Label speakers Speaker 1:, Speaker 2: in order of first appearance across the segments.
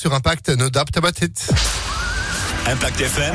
Speaker 1: sur Impact, no doubt about it.
Speaker 2: Impact FM,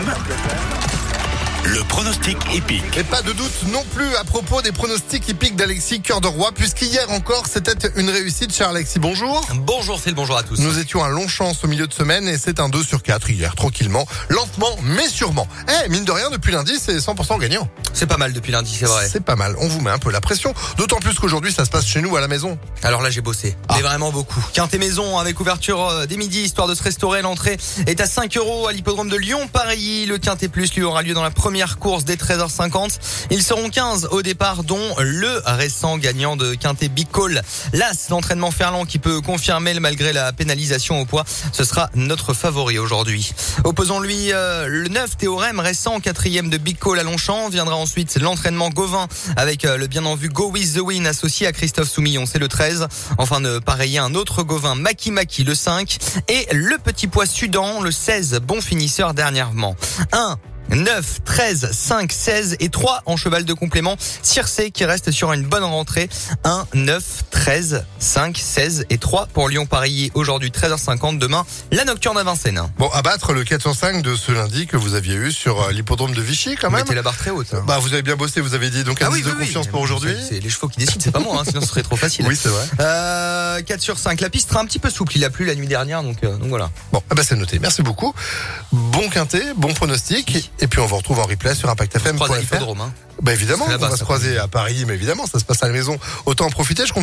Speaker 2: le pronostic épique.
Speaker 1: Et pas de doute non plus à propos des pronostics hippiques d'Alexis Cœur de Roi, puisqu'hier encore, c'était une réussite. Cher Alexis, bonjour.
Speaker 3: Bonjour Phil, bonjour à tous.
Speaker 1: Nous étions à Longchamps au milieu de semaine et c'est un 2 sur 4 hier, tranquillement, lentement, mais sûrement. Eh, mine de rien, depuis lundi, c'est 100% gagnant.
Speaker 3: C'est pas mal depuis lundi, c'est vrai.
Speaker 1: C'est pas mal. On vous met un peu la pression. D'autant plus qu'aujourd'hui, ça se passe chez nous à la maison.
Speaker 3: Alors là, j'ai bossé.
Speaker 1: Ah.
Speaker 3: Mais vraiment beaucoup. Quintet maison avec ouverture euh, dès midi, histoire de se restaurer. L'entrée est à 5 euros à l'hippodrome de Lyon. Pareil, le Quintet Plus lui aura lieu dans la première course dès 13h50. Ils seront 15 au départ, dont le récent gagnant de Quintet Bicol. L'As, l'entraînement Ferland qui peut confirmer le malgré la pénalisation au poids. Ce sera notre favori aujourd'hui. Opposons-lui euh, le 9 théorème récent, quatrième de Bicol à Longchamp. Viendra ensuite l'entraînement Gauvin avec euh, le bien en vue Go With The Win associé à Christophe Soumillon, c'est le 13. Enfin de pareiller un autre Gauvin, Maki Maki, le 5. Et le petit pois Sudan, le 16, bon finisseur dernièrement. 1. 9, 13, 5, 16 et 3 en cheval de complément. Circe qui reste sur une bonne rentrée. 1, 9, 13, 5, 16 et 3 pour Lyon-Paris aujourd'hui 13h50. Demain, la nocturne à Vincennes.
Speaker 1: Bon, à battre le 405 de ce lundi que vous aviez eu sur euh, l'hippodrome de Vichy, quand
Speaker 3: Vous
Speaker 1: même.
Speaker 3: mettez la barre très haute. hein.
Speaker 1: Bah, vous avez bien bossé, vous avez dit donc
Speaker 3: Ah
Speaker 1: un 10 de confiance pour aujourd'hui.
Speaker 3: C'est les chevaux qui décident, c'est pas moi, hein, sinon ce serait trop facile.
Speaker 1: Oui, c'est vrai.
Speaker 3: Euh, 4 sur 5. La piste sera un petit peu souple. Il a plu la nuit dernière, donc, euh, donc voilà.
Speaker 1: Bon, ah bah c'est noté. Merci beaucoup. Bon quintet, bon pronostic. Et puis on vous retrouve en replay sur
Speaker 3: Croise à
Speaker 1: impactfm.fr.
Speaker 3: l'hippodrome. hein.
Speaker 1: Bah évidemment,
Speaker 3: Parce que
Speaker 1: on
Speaker 3: là-bas,
Speaker 1: va
Speaker 3: ça
Speaker 1: se croiser à Paris, mais évidemment, ça se passe à la maison. Autant en profiter. Je compte